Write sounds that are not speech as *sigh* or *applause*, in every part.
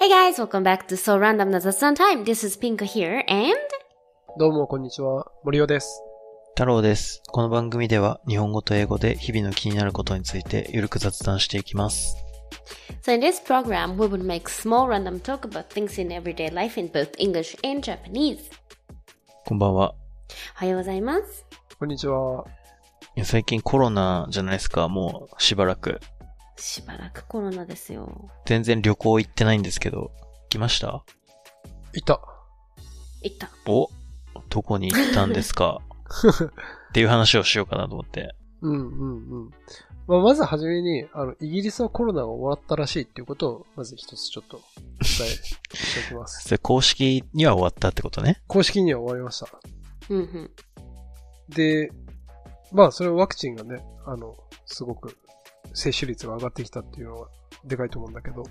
Hey guys, welcome back to So Random na Zatsun Time. This is Pinko here and どうも、こんにちは。森尾です。太郎です。この番組では日本語と英語で日々の気になることについてゆるく雑談していきます。 so in this program we will make small random talk about things in everyday life in both English and Japanese. こんばんは。おはようございます。こんにちは。いや最近コロナじゃないですか、もうしばらく。しばらくコロナですよ。全然旅行行ってないんですけど、来ましたいた。行った。おどこに行ったんです *laughs* かっていう話をしようかなと思って。うんうんうん。まあ、まずはじめに、あの、イギリスはコロナが終わったらしいっていうことを、まず一つちょっとお伝えしておきます。 *laughs* それ公式には終わったってことね。公式には終わりました。うんうん。で、まあ、それはワクチンがね、あの、すごく接種率が上がってきたっていうのは、でかいと思うんだけど。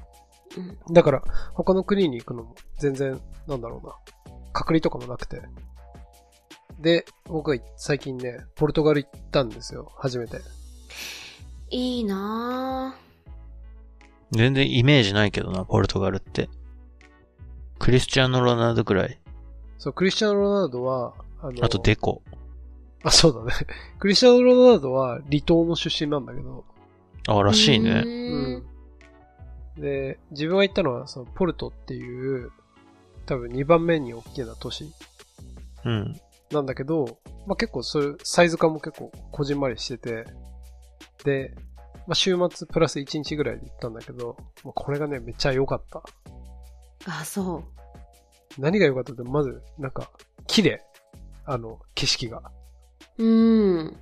うんだから、他の国に行くのも、全然、なんだろうな、隔離とかもなくて。で、僕は最近ね、ポルトガル行ったんですよ、初めて。いいな全然イメージないけどな、ポルトガルって。クリスチャーノ・ロナウドぐらい。そう、クリスチャン・ロナウドは、あの、あとデコ。あ、そうだね。 *laughs* クリスチャン・ロナウドは離島の出身なんだけど、あ、ぁ。らしいうね。ーん。。うで、自分が行ったのは、その、ポルトっていう、多分2番目に大きな都市うん。なんだけど、まあ、結構それ、サイズ感も結構こじんまりしてて、で、まあ、週末プラス1日ぐらいで行ったんだけど、まあ、これがね、めっちゃ良かった。あ、そう。何が良かったって、まず、なんか、綺麗。あの、景色が。うん。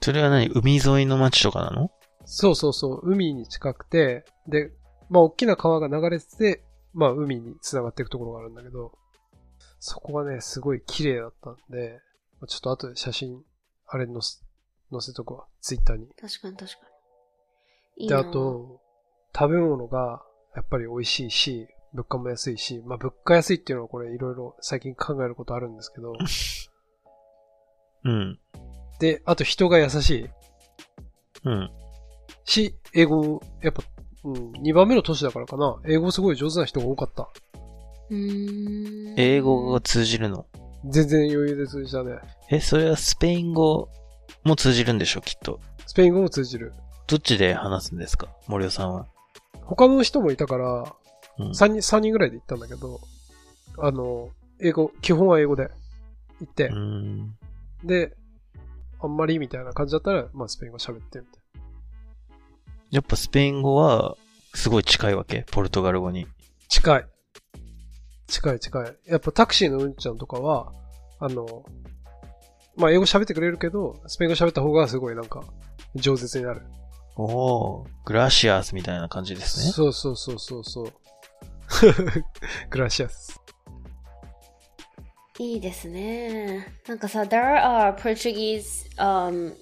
それは何海沿いの街とかなのそうそうそう、海に近くて、で、まあ、大きな川が流れてて、まあ、海に繋がっていくところがあるんだけど、そこがね、すごい綺麗だったんで、まあちょっと後で写真、あれ載せ、載せとくわ。ツイッターに。確かに確かに。いいで、なあと、食べ物がやっぱり美味しいし、物価も安いし、まあ物価安いっていうのはこれいろいろ最近考えることあるんです *laughs* けど、うん。で、あと人が優しうん。いし、英語、やっぱ、うん、2番目の都市だからかな、英語すごい上手な人が多かった。うーん。英語が通じるの。全然余裕で通じたね。え、それはスペイン語も通じるんでしょ、きっと。スペイン語も通じる。どっちで話すんですか森尾さんは。他の人もいたから、うん。 3人、三人ぐらいで行ったんだけど、あの、英語、基本は英語で行って、うんで、あんまりみたいな感じだったら、まあスペイン語喋ってみたいな。やっぱスペイン語は、すごい近いわけポルトガル語に。近い。近い近い。やっぱタクシーのうんちゃんとかは、あの、まあ、英語喋ってくれるけど、スペイン語喋った方がすごいなんか、饒舌になる。おおグラシアスみたいな感じですね。そうそうそうそうそう。 *laughs* グラシアス。いいですね。なんかさ、there are Portuguese、um,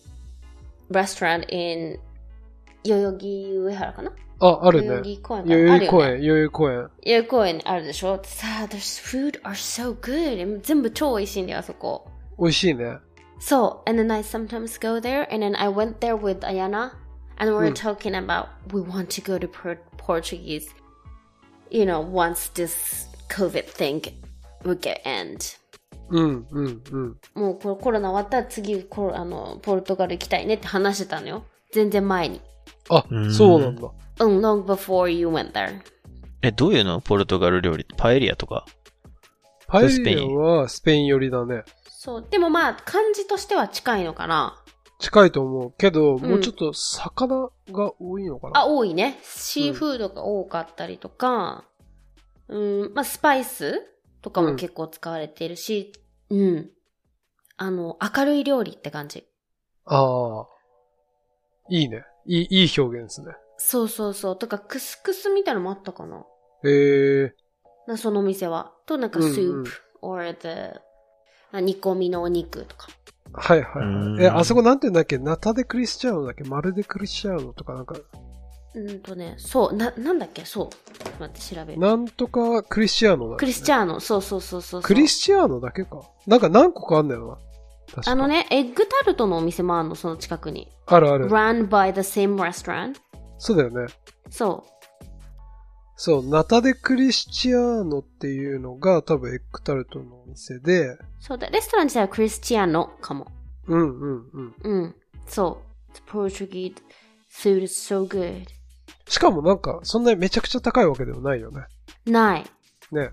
restaurant in 代々木上原かなあ、ある代々ね。木公園か代なあ々る木よね公園、代々木公園。代々木公園あるでしょさあ、there's food are so good. 全部超美味しいんだよ、あそこ。美味しいね。そう、and then I sometimes go there, and then I went there with Ayana, and we were うん talking about we want to go to Por- Portuguese, you know, once this COVID thing would get end. うん、うん、うん。もうこれコロナ終わったら次コロあのポルトガル行きたいねって話してたのよ。全然前に。あう、んそうなんだ。うん、long before you went there. え、どういうのポルトガル料理。パエリアとか。パエスペリイアンはスペイン寄りだね。そう。でもまあ、漢字としては近いのかな。近いと思うけど、んもうちょっと魚が多いのかな。あ、多いね。シーフードが多かったりとか、うん、まあ、スパイスとかも結構使われているし、うん、あの、明るい料理って感じ。ああ。いいね。いい、いい表現ですね。そうそうそう。とか、クスクスみたいなのもあったかな。へえ。なそのお店は。と、なんか、うんスうんープ、or the、あ煮込みのお肉とか。はいはいうはんい。え、あそこなんて言うんだっけナタでクリスチャーノだっけまるでクリスチャーノとかなんか、うんとね、そう、な、なんだっけそう。ちょっと待って、調べる。なんとかクリスチャーノだ、ね。クリスチャーノ、そうそうそうそうそう。クリスチャーノだけか。なんか何個かあんだよな。確かあの。ね、エッグタルトのお店もあるの、その近くに。あるある。 run by the same restaurant. そうだよね。そそう、ナタデ・クリスチアーノっていうのが多分エッグタルトのお店で、そうだ、レストラン自体はクリスチアノかも。うんうんうん。うん。そう。The Portuguese food is so good. しかもなんか、そんなにめちゃくちゃ高いわけではないよね。ない。ね。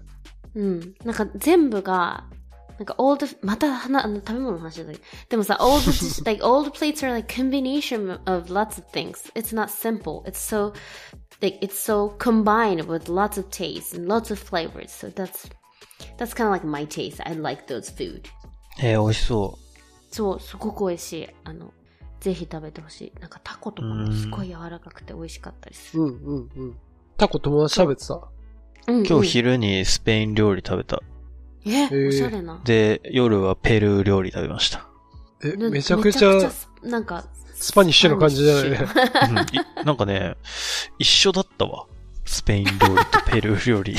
うん。なんか全部が、なんか all the, また話、あの食べ物の話だけど。でもさ、all *laughs* the, dish- like, all the plates are like combination of lots of things. It's not simple. It's so, like, it's so combined with lots of tastes and lots of flavors. So that's, that's kind of like my taste. I like those food. えー、美味しそそう、すごく美味しい。あの、ぜひ食べてほしい。なんかタコとかもすごい柔らかくて美味しかったりすうる。んうんうん。タコ友達食べてた。うん、う。今日昼にスペイン料理食べた。うん。え、ーおしゃれな。で、夜はペルー料理食べま *laughs* した。え、なめちゃくちゃスなんか、スパニッシュな感じじゃないねス。うんいなんかね、一緒だったわ。スペイン料理とペルー料理。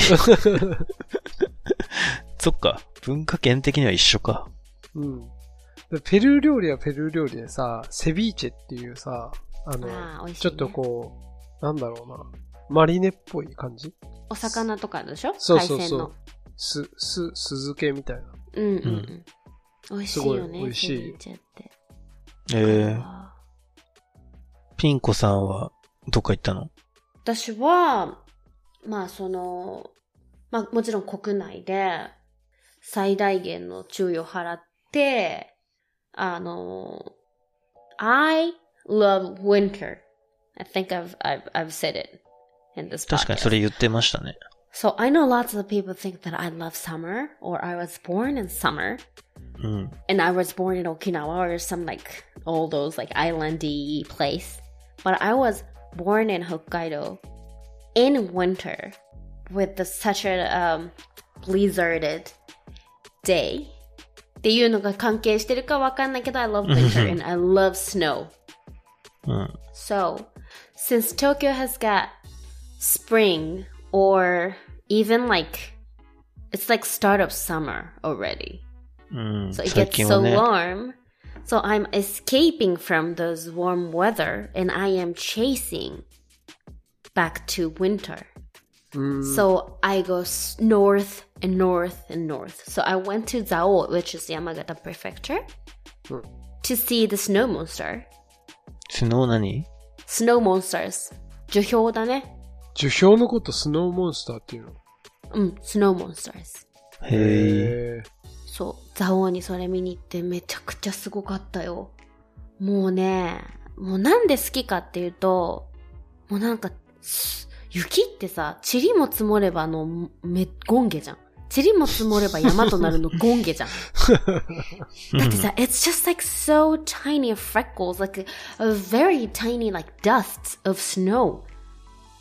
そっか。文化圏的には一緒か。 *laughs* うん。でペルー料理はペルー料理でさ、セビーチェっていうさ、あの、あー美味しいちねょっとこう、なんだろうな、マリネっぽい感じお魚とかでしょそう海そう鮮そのう。。す、す、酢漬けみたいな。うんうんうん。美味しいよすごね。い美味しいセビーチェって。えー、ピンコさんはどっか行ったの私は、まあその、まあもちろん国内で最大限の注意を払って、あの、I love winter. I think I've, I've, I've said it in this podcast. 確かにそれ言ってましたね。 So I know lots of people think that I love summer or I was born in summer. うん。 and I was born in Okinawa or some like all those like islandy place. But I was born in Hokkaido in winter with the, such a um, blizzarded day. っていうのが関係してるかわかんないけど I love winter and I love snow. うん。 So, since Tokyo has got spring or even like it's like start of summer already. うん。 So it 最 gets 近は so ね。 warm. So I'm escaping from those warm weather and I am chasing back to winter. うーん。 So I go s- north and north and north. So I went to Zao, which is Yamagata prefecture, Hmm. to see the snow monster. スノー何 Snow monsters. 樹氷だね。樹氷のことスノーモンスターっていうの。うん、snow Mm, monsters. へえ。え。そう、蔵王にそれ見に行ってめちゃくちゃすごかったよ。もうね、もうなんで好きかっていうと、もうなんか、す雪ってさ、塵も積もればあの、め、ゴンゲじゃん。塵も積もれば山となるのゴンゲじゃん。だってさ、it's just like so tiny of freckles, like a, a very tiny like dusts of snow.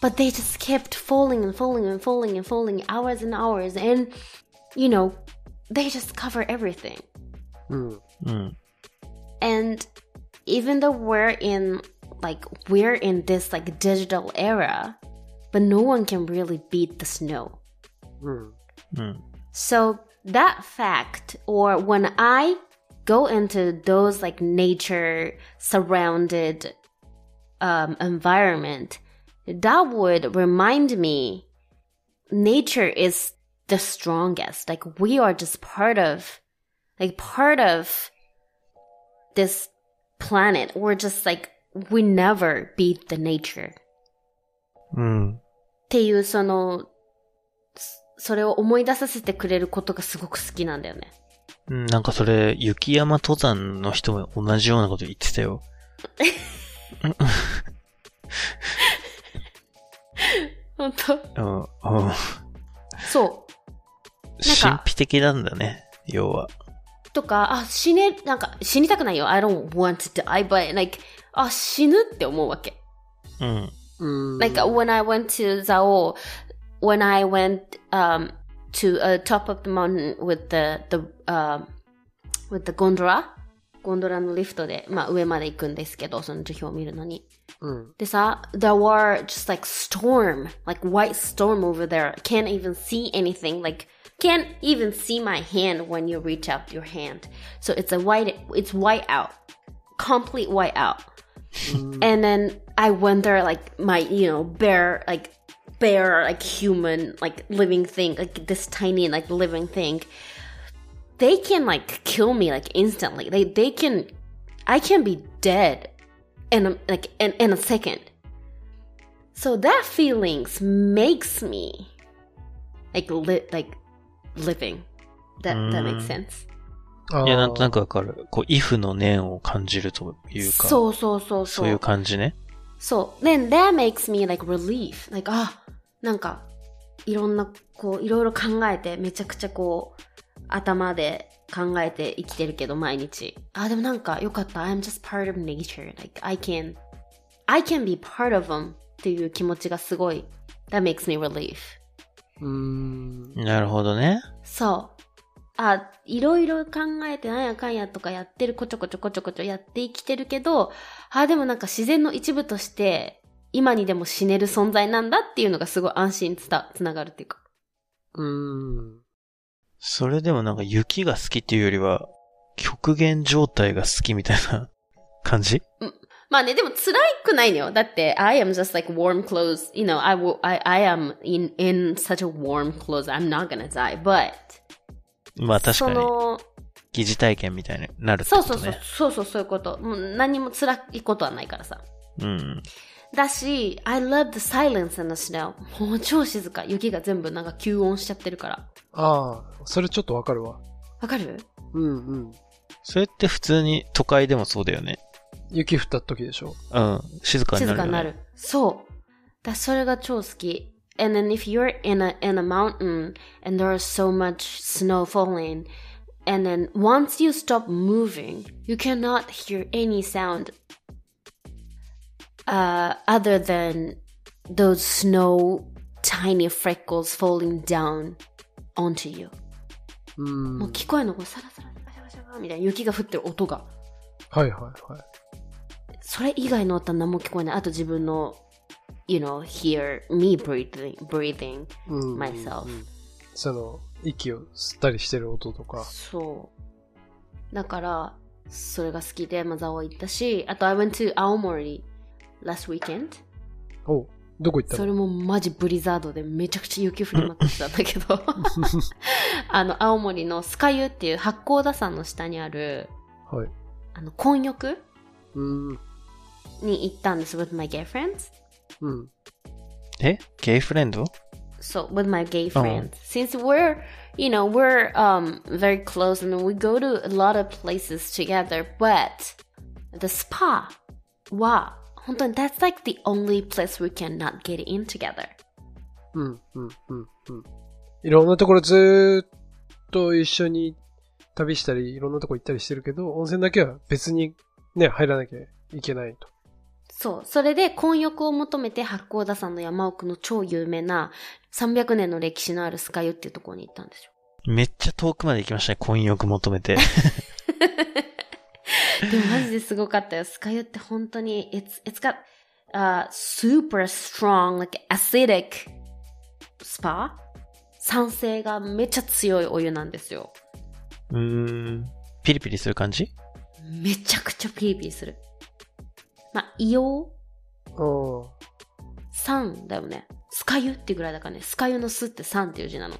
But they just kept falling and falling and falling and falling hours and hours and, you know, they just cover everything. うん。うん。 And even though we're in like we're in this like digital era, but no one can really beat the snow. うん。うん。 So that fact or when I go into those like nature surrounded um, environment, that would remind me nature is the strongest. Like we are just part of like part of this planet. We're just like we never beat the nature. うん。っていうそのそそれを思い出させてくれることがすごく好きなんだよねうんなんかそれ、雪山登山の人も同じようなこと言ってたよ。本当うん。うん。そ神秘的なんだね、要は。うとかあ死ねなんか死にたくないよ I don't want to die but like あ死ぬって思うわけうん。うん。 Like when I went to Zao, when I went um, to a top of the mountain with the the um, with the gondola, ゴンドラのリフトで、まあ、上まで行くんですけど、その樹氷を見るのに。うん。 This uh, there were just like storm, like white storm over there. Can't even see anything. Like can't even see my hand when you reach out your hand. So it's a white, it's white out, complete white out. and then I went there like my you know bare like bare like human like living thing like this tiny like living thing they can like kill me like instantly they they can i can be dead in a, like in, in a second so that feelings makes me like li- like living that that makes Mm. sense あーいや、なんとなくわかる。こう、if の念を感じるというか、そうそうそうそそうういう感じね。そう。then that makes me like relief. Like, あ、なんか、いろんな、こう、いろいろ考えて、めちゃくちゃこう、頭で考えて生きてるけど、毎日。あ、でもなんか、よかった。I'm just part of nature. Like, I can, I can be part of them っていう気持ちがすごい。That makes me relief. うーん。なるほどね。そう。あ、いろいろ考えてなんやかんやとかやってる、こちょこちょこちょこちょやって生きてるけど、あ、でもなんか自然の一部として、今にでも死ねる存在なんだっていうのがすごい安心につた、つながるっていうか。うーん。それでもなんか雪が好きっていうよりは、極限状態が好きみたいな *laughs* 感じまあね、でも辛くないのよ。だって、I am just like warm clothes. You know, I, will, I, I am in, in such a warm clothes. I'm not gonna die. But, まあ確そかに、の、疑似体験みたいになるってそこうそとうそうね。、そうそう、そういうこと。もう何も辛いことはないからさ。うん。だし、I love the silence in the snow. もう超静か。雪が全部なんか吸音しちゃってるから。ああ、それちょっとわかるわ。わかるうんうん。それって普通に都会でもそうだよね。雪降った時でしょ。うん。静かに静なる、ね。かになる。そう。だそれが超好き。And then if you're in a, in a mountain and there's so much snow falling, and then once you stop moving, you cannot hear any sound uh, other than those snow tiny freckles falling down onto you. うーん。もう聞こえんのこうサラサラシャバシャバみたいな雪が降ってる音がはいはいはい。それ以外の音は何も聞こえないあと自分の you know hear me breathing breathing うん myself その、息を吸ったりしてる音とか。そうだからそれが好きでマザオ行ったしあと I went to 青森 last weekend おどこ行ったそれのもマジブリザードでめちゃくちゃ雪降りまくってたんだけどあの青森の酸ヶ湯っていう八甲田山の下にあるはい。あの混浴うーん。に行ったんです with my gay friends うん。えゲイフレンド so with my gay friends since we're you know we're um very close and we go to a lot of places together but the spa wow Honton, that's like the only place we cannot get in together うん。うん。うん。うん。いろんなところずーっと一緒に旅したり、いろんなとこ行ったりしてるけど、温泉だけは別にね、入らなきゃいけないと。そう。それで、混浴を求めて、八甲田山の山奥の超有名な、300年の歴史のあるスカユっていうところに行ったんですよ。めっちゃ遠くまで行きましたね。婚欲求めて。 *laughs* でもマジですごかったよ。スカユって本当に、it's, it's got, uh, super strong, like acidic spa? 酸性がめっちゃ強いお湯なんですよ。 *laughs* うーん。ピリピリする感じめちゃくちゃピリピリする。まあ、硫ああ。黄酸だよね。スカユってぐらいだからね。スカユの酢って酸っていう字なの。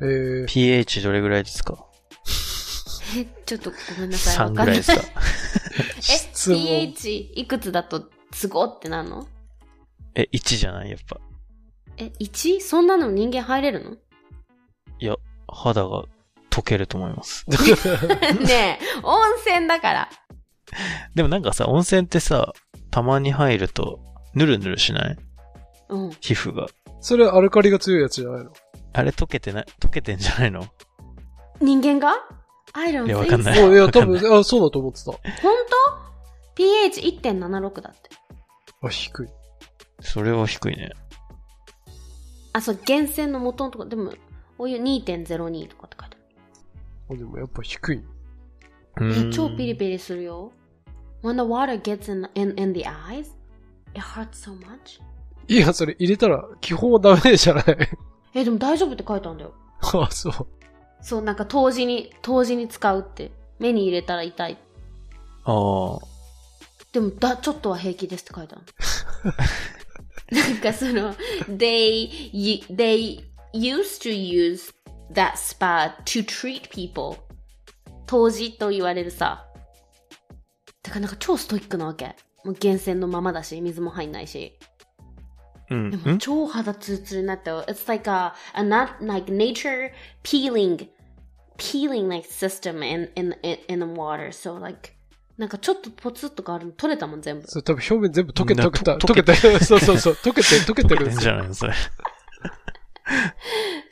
えー、 ?pH どれぐらいですかえ、ちょっとごめんなさい。わ ?3 かぐんならいいで。すかえ、質問。 pH いくつだと都合ってなんのえ、1じゃないやっぱ。え、1? そんなの人間入れるのいや、肌が溶けると思います。 *laughs* ねえ、温泉だから。でもなんかさ、温泉ってさ、たまに入ると、ぬるぬるしないうん。皮膚が。 *laughs* それアルカリが強いやつじゃないのあれ溶けてない、溶けてんじゃないの人間が ?I don't いやわかん think な so. いあいや、多分、 *laughs* あ、そうだと思ってた。ほんと ?pH1.76 だって。あ、低い。それは低いね。あ、そう、源泉の元のとこ、でも、お湯2.02とかって書いてあでもやっぱ低い。うある。ーえ、ん超ピリピリするよ。When the water gets in, in, in the eyes, it hurts so much. いや、それ入れたら基本はダメじゃない *laughs* え、でも大丈夫って書いたんだよ。あ、そう。そう、なんか当時に、当時に使うって。目に入れたら痛い。ああ。でも、だ、ちょっとは平気ですって書いてある。 *laughs* なんかその、they, you- they used to use that spa to treat people. 当時と言われるさ。だからなんか超ストイックなわけ。もう源泉のままだし、水も入んないし。うん。でんも超肌ツルツルになったよ。It's like a, a not like nature peeling, peeling like system in, in, in, in the water. So like, なんかちょっとポツッとかあるの取れたもん全部。それ多分表面全部溶けな溶けた、と溶溶けけた。 *laughs* そうそうそう、溶けて、溶けて溶ける *laughs* てんじゃないのそれ。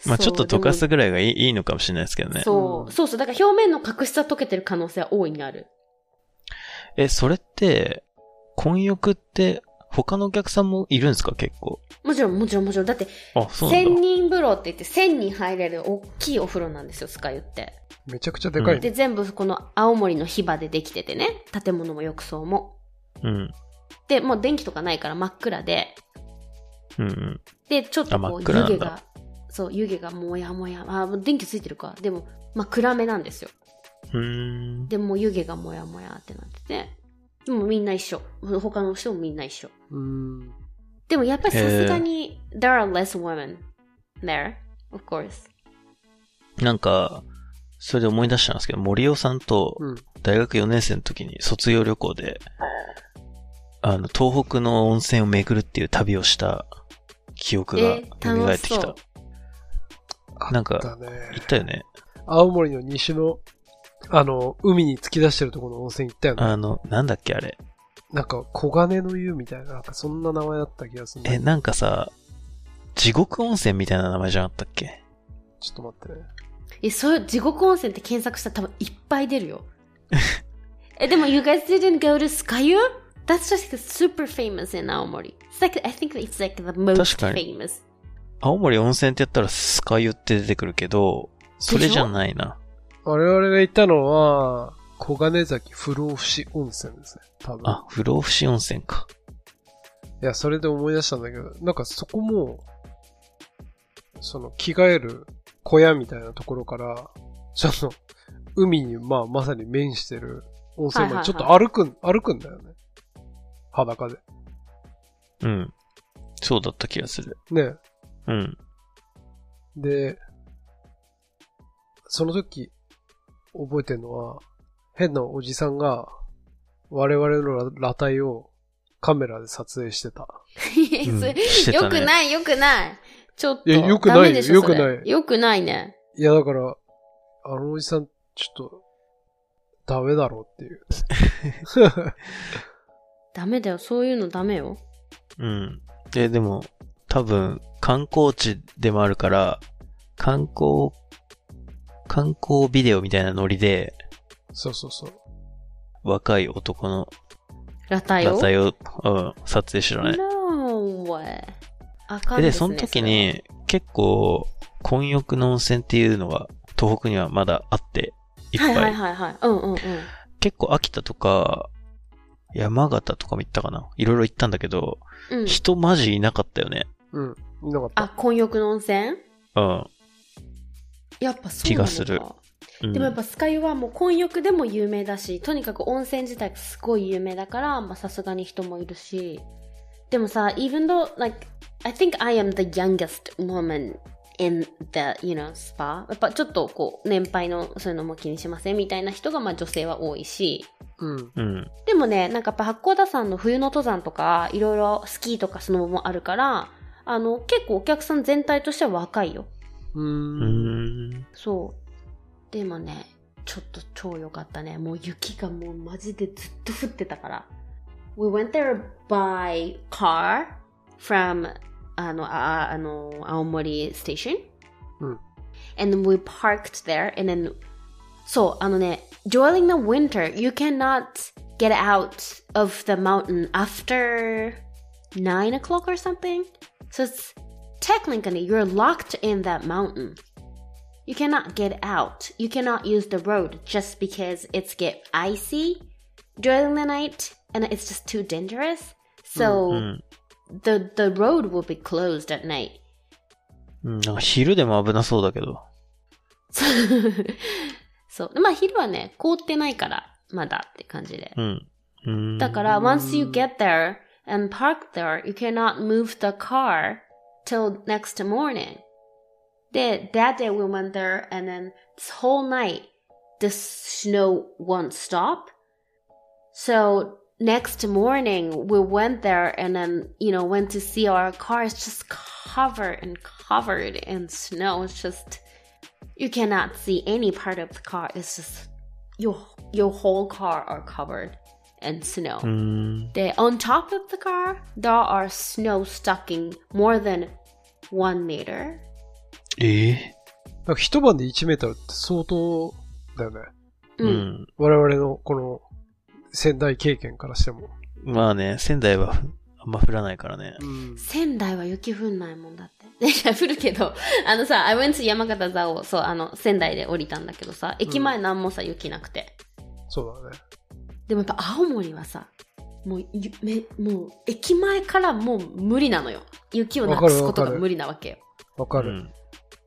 まそあうちょっと溶かでもすぐらいがいいいいのかもしれないですけどね。そうう、んそうそう。だから表面の角質は溶けてる可能性は大いにある。え、それって、混浴って他のお客さんもいるんですか結構。もちろん、もちろん、もちろん。だって、あ、そうなんだ。千人風呂って言って、千人入れる大きいお風呂なんですよ、スカユって。めちゃくちゃでかいね。で、全部この青森の火場でできててね。建物も浴槽も。うん。で、もう電気とかないから真っ暗で。うんうん。で、ちょっとこあ真う、っ湯暗な気んだが、そう、湯気がもやもや。あ、もう電気ついてるか。でも、まあ、暗めなんですよ。うーん。で、もう湯気がもやもやってなってて。でもみんな一緒。他の人もみんな一緒。うん。でもやっぱりさすがに、there are less women there, of course. なんか、それで思い出したんですけど、森尾さんとうん。大学4年生の時に卒業旅行で、あの、東北の温泉を巡るっていう旅をした記憶がえ蘇楽っしてそきうた。なんかだね行ったよね。青森の西の、あの、海に突き出してるところの温泉行ったよね。あの、なんだっけあれ。なんか、黄金の湯みたいな、なんかそんな名前だった気がするんだけえ、ど。なんかさ、地獄温泉みたいな名前じゃなかったっけちょっと待ってね。え、そういう地獄温泉って検索したら多分いっぱい出る *laughs* よ。え、でも you guys didn't go to Skayu? That's just super famous in Aomori. It's like, I think it's like the most 確かに famous. *laughs* 青森温泉ってやったらスカユって出てくるけど、それじゃないな。我々が行ったのは、黄金崎不老不死温泉ですね。多分。あ、不老不死温泉か。いや、それで思い出したんだけど、なんかそこも、その、着替える小屋みたいなところから、その、海に、まあ、まさに面してる温泉まはで、いちょっとは歩くん、歩くんだよね。裸で。うん。そうだった気がする。ね。うん。で、その時、覚えてるのは、変なおじさんが、我々の裸体をカメラで撮影してた。うんそれしてたよねくない、よくない。ちょっと。いやよくないダメでしょよくないそれよくないね。いや、だから、あのおじさん、ちょっと、ダメだろう *laughs* っていう。ダメだよ、そういうのダメよ。うん。え、でも、多分、観光地でもあるから、観光、観光ビデオみたいなノリで、そうそうそう。若い男のラタイを。裸体を、うん、撮影しろね。 No way. あかんでです、ね、その時に、結構、混浴の温泉っていうのが、東北にはまだあって、いっそれぱは、い。はいはいはいはい。うんうんうん。結構秋田とか、山形とかも行ったかな。いろいろ行ったんだけど、うん、人マジいなかったよね。うん。いなかっあ、た。混浴の温泉うん。やっぱそうなのか気がするうんでもやっぱスカイはもう混浴でも有名だし、とにかく温泉自体がすごい有名だから、まあさすがに人もいるし。でもさ、even though, like, I think I am the youngest woman in the, you know, spa. やっぱちょっとこう、年配のそういうのも気にしませんみたいな人が、まあ女性は多いし。うん。うん。でもね、なんかやっぱ八甲田山の冬の登山とか、いろいろスキーとかスノボもあるから、あの、結構お客さん全体としては若いよ。ううーん。ーん。そう。でもね、ちょっと超良かったね。もう雪がもうマジでずっと降ってたから。We went there by car from あの、ああの、青森 station. うん And then we parked there and then そう、あのね、during the winter, you cannot get out of the mountain after 9 o'clock or something. So it's technically you're locked in that mountain. You cannot get out. You cannot use the road just because it's get icy during the night and it's just too dangerous. So うん。 the the road will be closed at night. *laughs* うんなんか昼でも危なそうだけど。そう。まあ昼はね、凍ってないから、まだって感じで。うん。うーん。だから、once you get there, and parked there. You cannot move the car till next morning. で、that day we went there and then this whole night the snow won't stop. So next morning we went there and then, you know, went to see our car. It's just covered and covered in snow. It's just, you cannot see any part of the car. It's just, your, your whole car are covered in snow. うーん。 They, on top of the car, there are snow stocking more than one meter. ええなんか一晩で1メーターって相当だよね。う。Hmm. ん。我々のこの仙台経験からしても。まあね、仙台はふあんま降らないからね。うん。仙台は雪降んないもんだって。い *laughs* や、降るけど、あのさ、I went to 山形座を、そう、あの、仙台で降りたんだけどさ、駅前なんもさ、雪なくて。そうだね。でもやっぱ青森はさ、もう、ゆめもう、駅前からもう無理なのよ。雪をなくすことわかるわかがる無理なわけよ。わかうる。ん。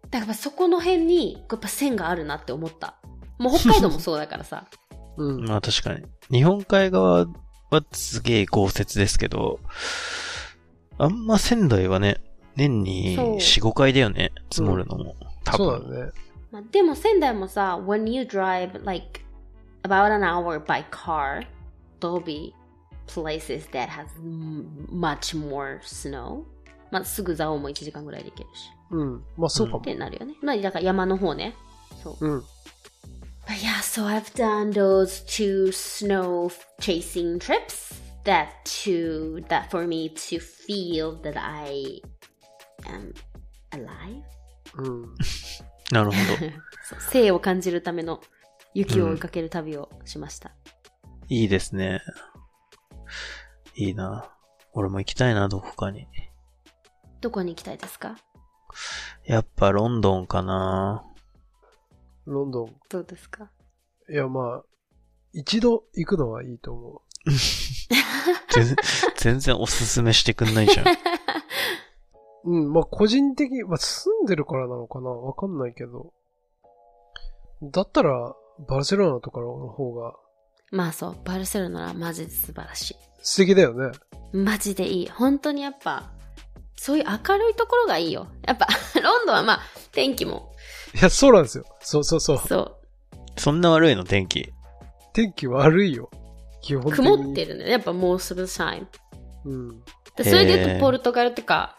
だからそこの辺に、やっぱ線があるなって思った。もう北海道もそうだからさ。うん。まあ確かに。日本海側はすげえ豪雪ですけど、あんま仙台はね、年にそう4、5回だよね、積もるのも。多そ分。うだね。まあ、でも仙台もさ、when uh, you drive like about an hour by car, there'll be places that has m- much more snow. まあ、すぐ蔵王も1時間ぐらいで行けるし。うん。まあそうかっも。てなるよね。まあ、だから山の方ね。そう。うん。 But yeah, so I've done those two snow chasing trips that to, that for me to feel that I am alive. うん。なるほど。そう生を感じるための雪を追いかける旅をしました。いいですね。いいな。俺も行きたいな、どこかに。どこに行きたいですかやっぱロンドンかな。ロンドン。どうですかいやまあ、一度行くのはいいと思全然全然おすすめしてくんないじゃん。う。うん。まあ個人的に、まあ住んでるからなのかなわかんないけど。だったら、バルセロナとかの方がまあそう、バルセロナはマジで素晴らし素敵だよね。い。マジでいい。本当にやっぱ、そういう明るいところがいいよ。やっぱ、 *laughs* ロンドンはまあ、天気も。いや、そうなんですよ。そうそうそう。そそんな悪いの、天気。天気悪いよ。基本う、的に。曇ってるね。やっぱ most of the time。うん。でそれで言うへーと、ポルトガルとか、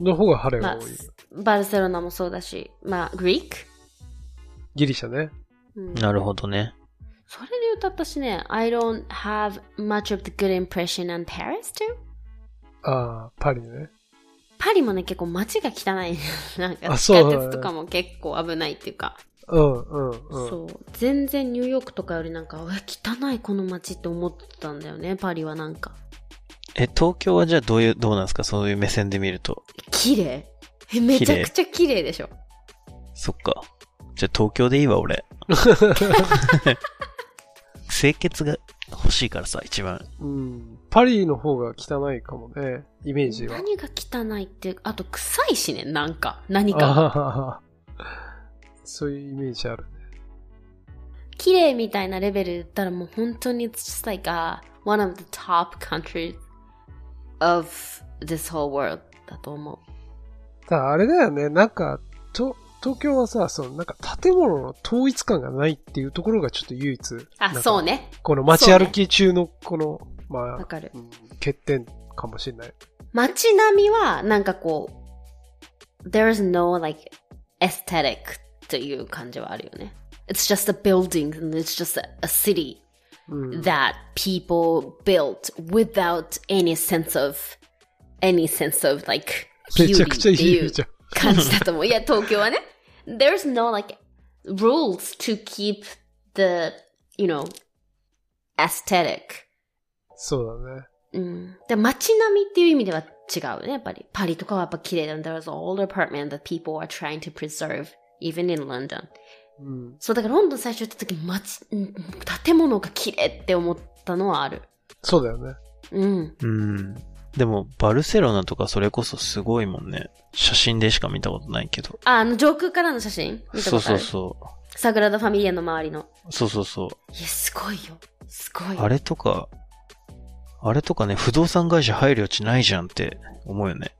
の方が晴れまあが多い。、バルセロナもそうだし、まあ、グリーク、ギリシャね。うん、なるほどね。それで言うと私ね、I don't have much of the good impression on Paris too. ああ、パリね。パリもね、結構街が汚い。 *laughs* なんかあ地そう下鉄とかも結構危ないっていうか。うんうんうん。そう全然ニューヨークとかよりなんかうわ汚いこの街って思ってたんだよねパリはなんかえ、東京はじゃあどういう、どうなんですかそういう目線で見ると。綺麗えめちゃくちゃ綺麗でしょそっか。じゃあ東京でいいわ、 *laughs* 俺。清潔が欲しいからさ、一番。うん。パリの方が汚いかもね。イメージは。何が汚いってあと臭いしねなんか何あかはははそういうイメージある。綺麗みたいなレベルで言ったらもう本当に it's just like、a, one of the top countries of this whole world だと思うただあれだよね。なんか、と、東京はさ、そのなんか建物の統一感がないっていうところがちょっと唯一。あそうね。ねこの街歩き中のこの、まわあ、かるうん欠点かもしれない。街並みはなんかこう there's no like aesthetic という感じはあるよね It's just a building and it's just a, a city うん。 that people built without any sense of any sense of like めちゃくちゃ beauty ってい言ううじゃん。感じだと思 *laughs* う。いや、東京はね。There's no like rules to keep the, you know, aesthetic. そううだね。ん。で、街並みっていう意味では違うね、やっぱり。パリとかはやっぱ綺麗だ。There's all the apartment that people are trying to preserve, even in London. うん。そう、だからロンドン最初行った時、街、うん建物が綺麗って思ったのはある。そうだ *laughs* よね。うん。うん。でも、バルセロナとかそれこそすごいもんね。写真でしか見たことないけど。あ、あの、上空からの写真見たそことうあそうるそサグラダ・ファミリアの周りの。う。そうそうそう。いや、すごいよ。すごいよ。あれとか、あれとかね、不動産会社入る余地ないじゃんって思うよね。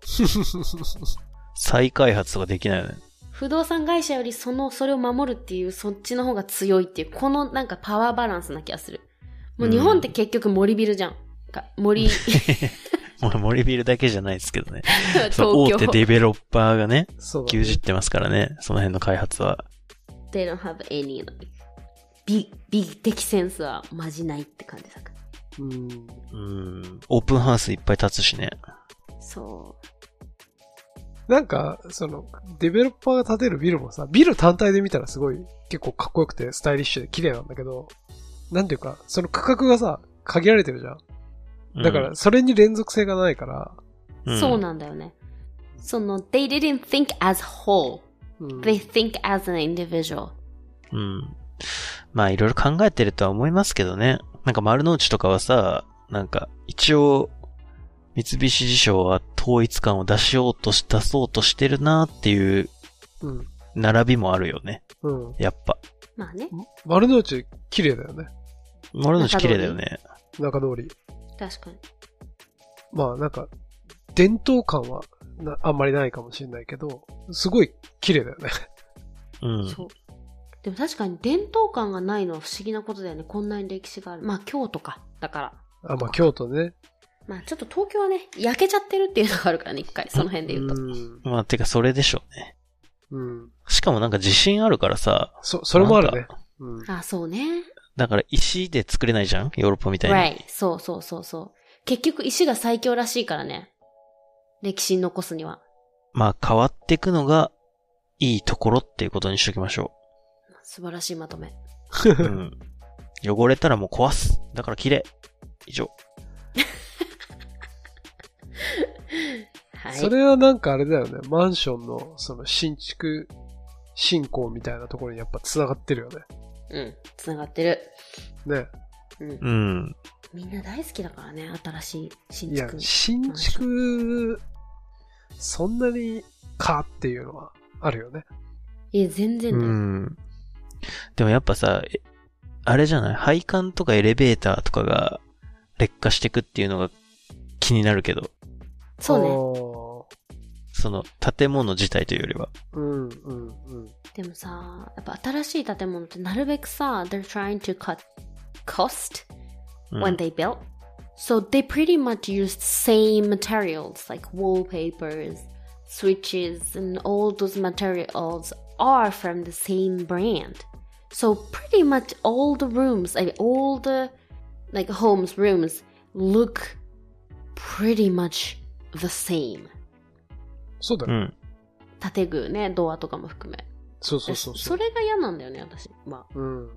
再開発とかできないよね。不動産会社よりその、それを守るっていう、そっちの方が強いっていう、このなんかパワーバランスな気がする。もう日本って結局森ビルじゃん。か *laughs* 森、もう森ビルだけじゃないですけどね。東そう大手京。デベロッパーがね、そうだ、牛ね。耳ってますからね、その辺の開発は。 They don't have any, like, 美、美的センスはまじないって感じだから。うん。うん、オープンハウスいっぱい立つしね。そう。なんか、その、デベロッパーが建てるビルもさ、ビル単体で見たらすごい、結構かっこよくて、スタイリッシュで綺麗なんだけど、なんていうか、その区画がさ、限られてるじゃん。うんだから、、それに連続性がないから、そうなんだよね。その、they didn't think as whole. うん。 They think as an individual. うん。まあいろいろ考えてるとは思いますけどね。なんか丸の内とかはさ、なんか一応三菱地所は統一感を出しようとし、出そうとしてるなっていううん。並びもあるよね。うん。やっぱ。まあね。丸の内、綺麗だよね。丸の内綺麗だよね。中通り。確かに。まあ、なんか、伝統感はな、あんまりないかもしれないけど、すごい綺麗だよね。 *laughs* うん。そう。でも確かに伝統感がないのは不思議なことだよね。こんなに歴史がある。まあ京都か。だから。あ、まあ、京都ね。まあちょっと東京はね、焼けちゃってるっていうのがあるからね、一回。その辺で言うと。ん。まあてかそれでしょうね。うん。しかもなんか地震あるからさ、そ、それもあるなねん。うん。あ、そうね。だから石で作れないじゃんヨーロッパみたいに。 Right. そうそうそうそう。結局石が最強らしいからね。歴史に残すには。まあ変わっていくのがいいところっていうことにしときましょう。素晴らしいまとめ。 *laughs* うん。汚れたらもう壊す。だから綺麗。以上。はい。それはなんかあれだよね。マンションの、その、新築、振興みたいなところにやっぱ繋がってるよね。うん。つながってる。ね。うんう。ん。みんな大好きだからね、新しい新いや築、。新築、そんなに、かっていうのは、あるよね。いや、全然うだよ。ん。でもやっぱさ、えあれじゃない配管とかエレベーターとかが劣化してくっていうのが気になるけど、そうね。ね。その建物自体というよりは。うん、うん、うん。でもさ、やっぱ新しい建物ってなるべくさ、they're trying to cut cost うん when they built. So they pretty much used same materials like wallpapers, switches, and all those materials are from the same brand. So pretty much all the rooms, like all the like homes rooms look pretty much the same. そうだうよ。ん。建具ね、ドアとかも含め。そうそうそう。それが嫌なんだよね、私は。うん。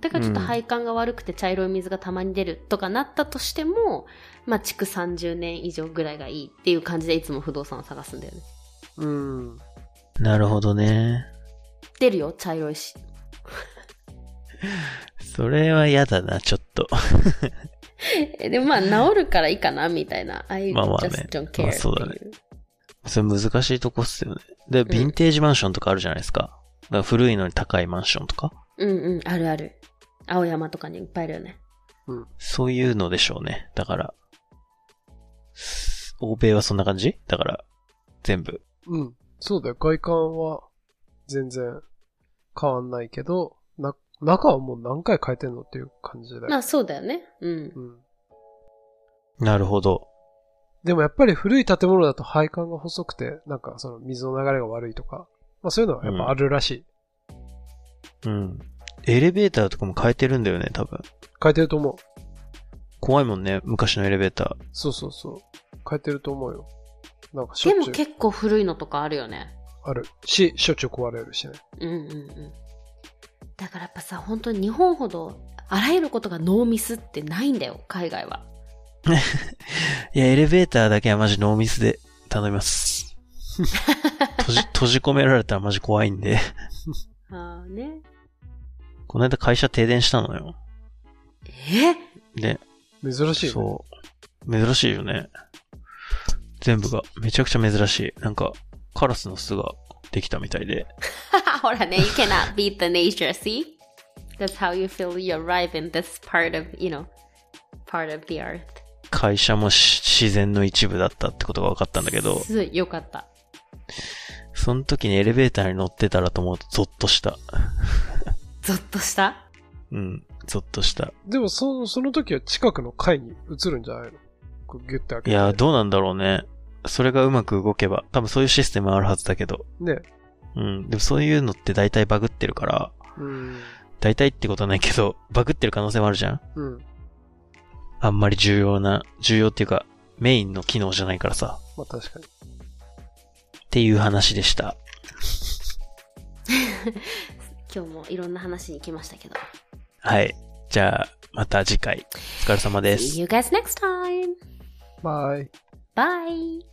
だからちょっとうん配管が悪くて茶色い水がたまに出るとかなったとしても、まあ、築30年以上ぐらいがいいっていう感じでいつも不動産を探すんだよね。うん。なるほどね。出るよ、茶色いし。それは嫌だな、ちょっと。 *laughs* えでもまあ、治るからいいかな、みたいな。I *laughs* まあまあね just don't ま care. あそうだねっていそれ難しいとこっすよね。で、ヴィンテージマンションとかあるじゃないですか。だから古いのに高いマンションとか。うんうん、あるある。青山とかにいっぱいいるよね。そういうのでしょうね。だから。欧米はそんな感じだから、全部。うん。そうだよ。外観は全然変わんないけど、な、中はもう何回変えてんのっていう感じだよ。まあそうだよね。うん。うん。なるほど。でもやっぱり古い建物だと配管が細くて、なんかその水の流れが悪いとか、まあそういうのはやっぱあるらしい。うん。エレベーターとかも変えてるんだよね、多分。変えてると思う。怖いもんね、昔のエレベータそうそうそう。変えてると思うよ。なんかしでょっもちゅう結構古いのとかあるよね。あるし、しょっちゅう壊れるしね。うんうんうん。だからやっぱさ、本当に日本ほど、あらゆることがノーミスってないんだよ、海外は。ー。いや、エレベーターだけはマジノーミスで頼みます。閉じ、閉じ込められたらマジ怖いんで。ああね。この間会社停電したのよ。えで、珍しい、ね。そう。珍しいよね。全部が、めちゃくちゃ珍しい。なんか、カラスの巣ができたみたいで。 *laughs* ほらね、you cannot beat the nature, see? That's how you feel you arrive in this part of, you know, part of the earth. 会社もし自然の一部だったってことが分かったんだけど、すごいよかった。その時にエレベーターに乗ってたらと思うとゾッとした。ゾッとした *laughs* うん、ゾッとした。でも、その、その時は近くの階に移るんじゃないのこうギュッて開けて。いやー、どうなんだろうね。それがうまく動けば。多分そういうシステムあるはずだけど。ね。うん。でもそういうのって大体バグってるから、うん。大体ってことはないけど、バグってる可能性もあるじゃんうん。あんまり重要な、重要っていうか、メインの機能じゃないからさ。まあ確かに。っていう話でした。今日もいろんな話に来ましたけど。はい。じゃあ、また次回。お疲れ様です See。you guys next time! バイ。 Bye!